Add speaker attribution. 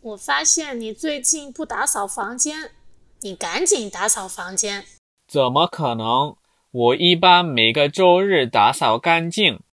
Speaker 1: 我发现你最近不打扫房间，你赶紧打扫房间。
Speaker 2: 怎么可能？我一般每个周日打扫干净。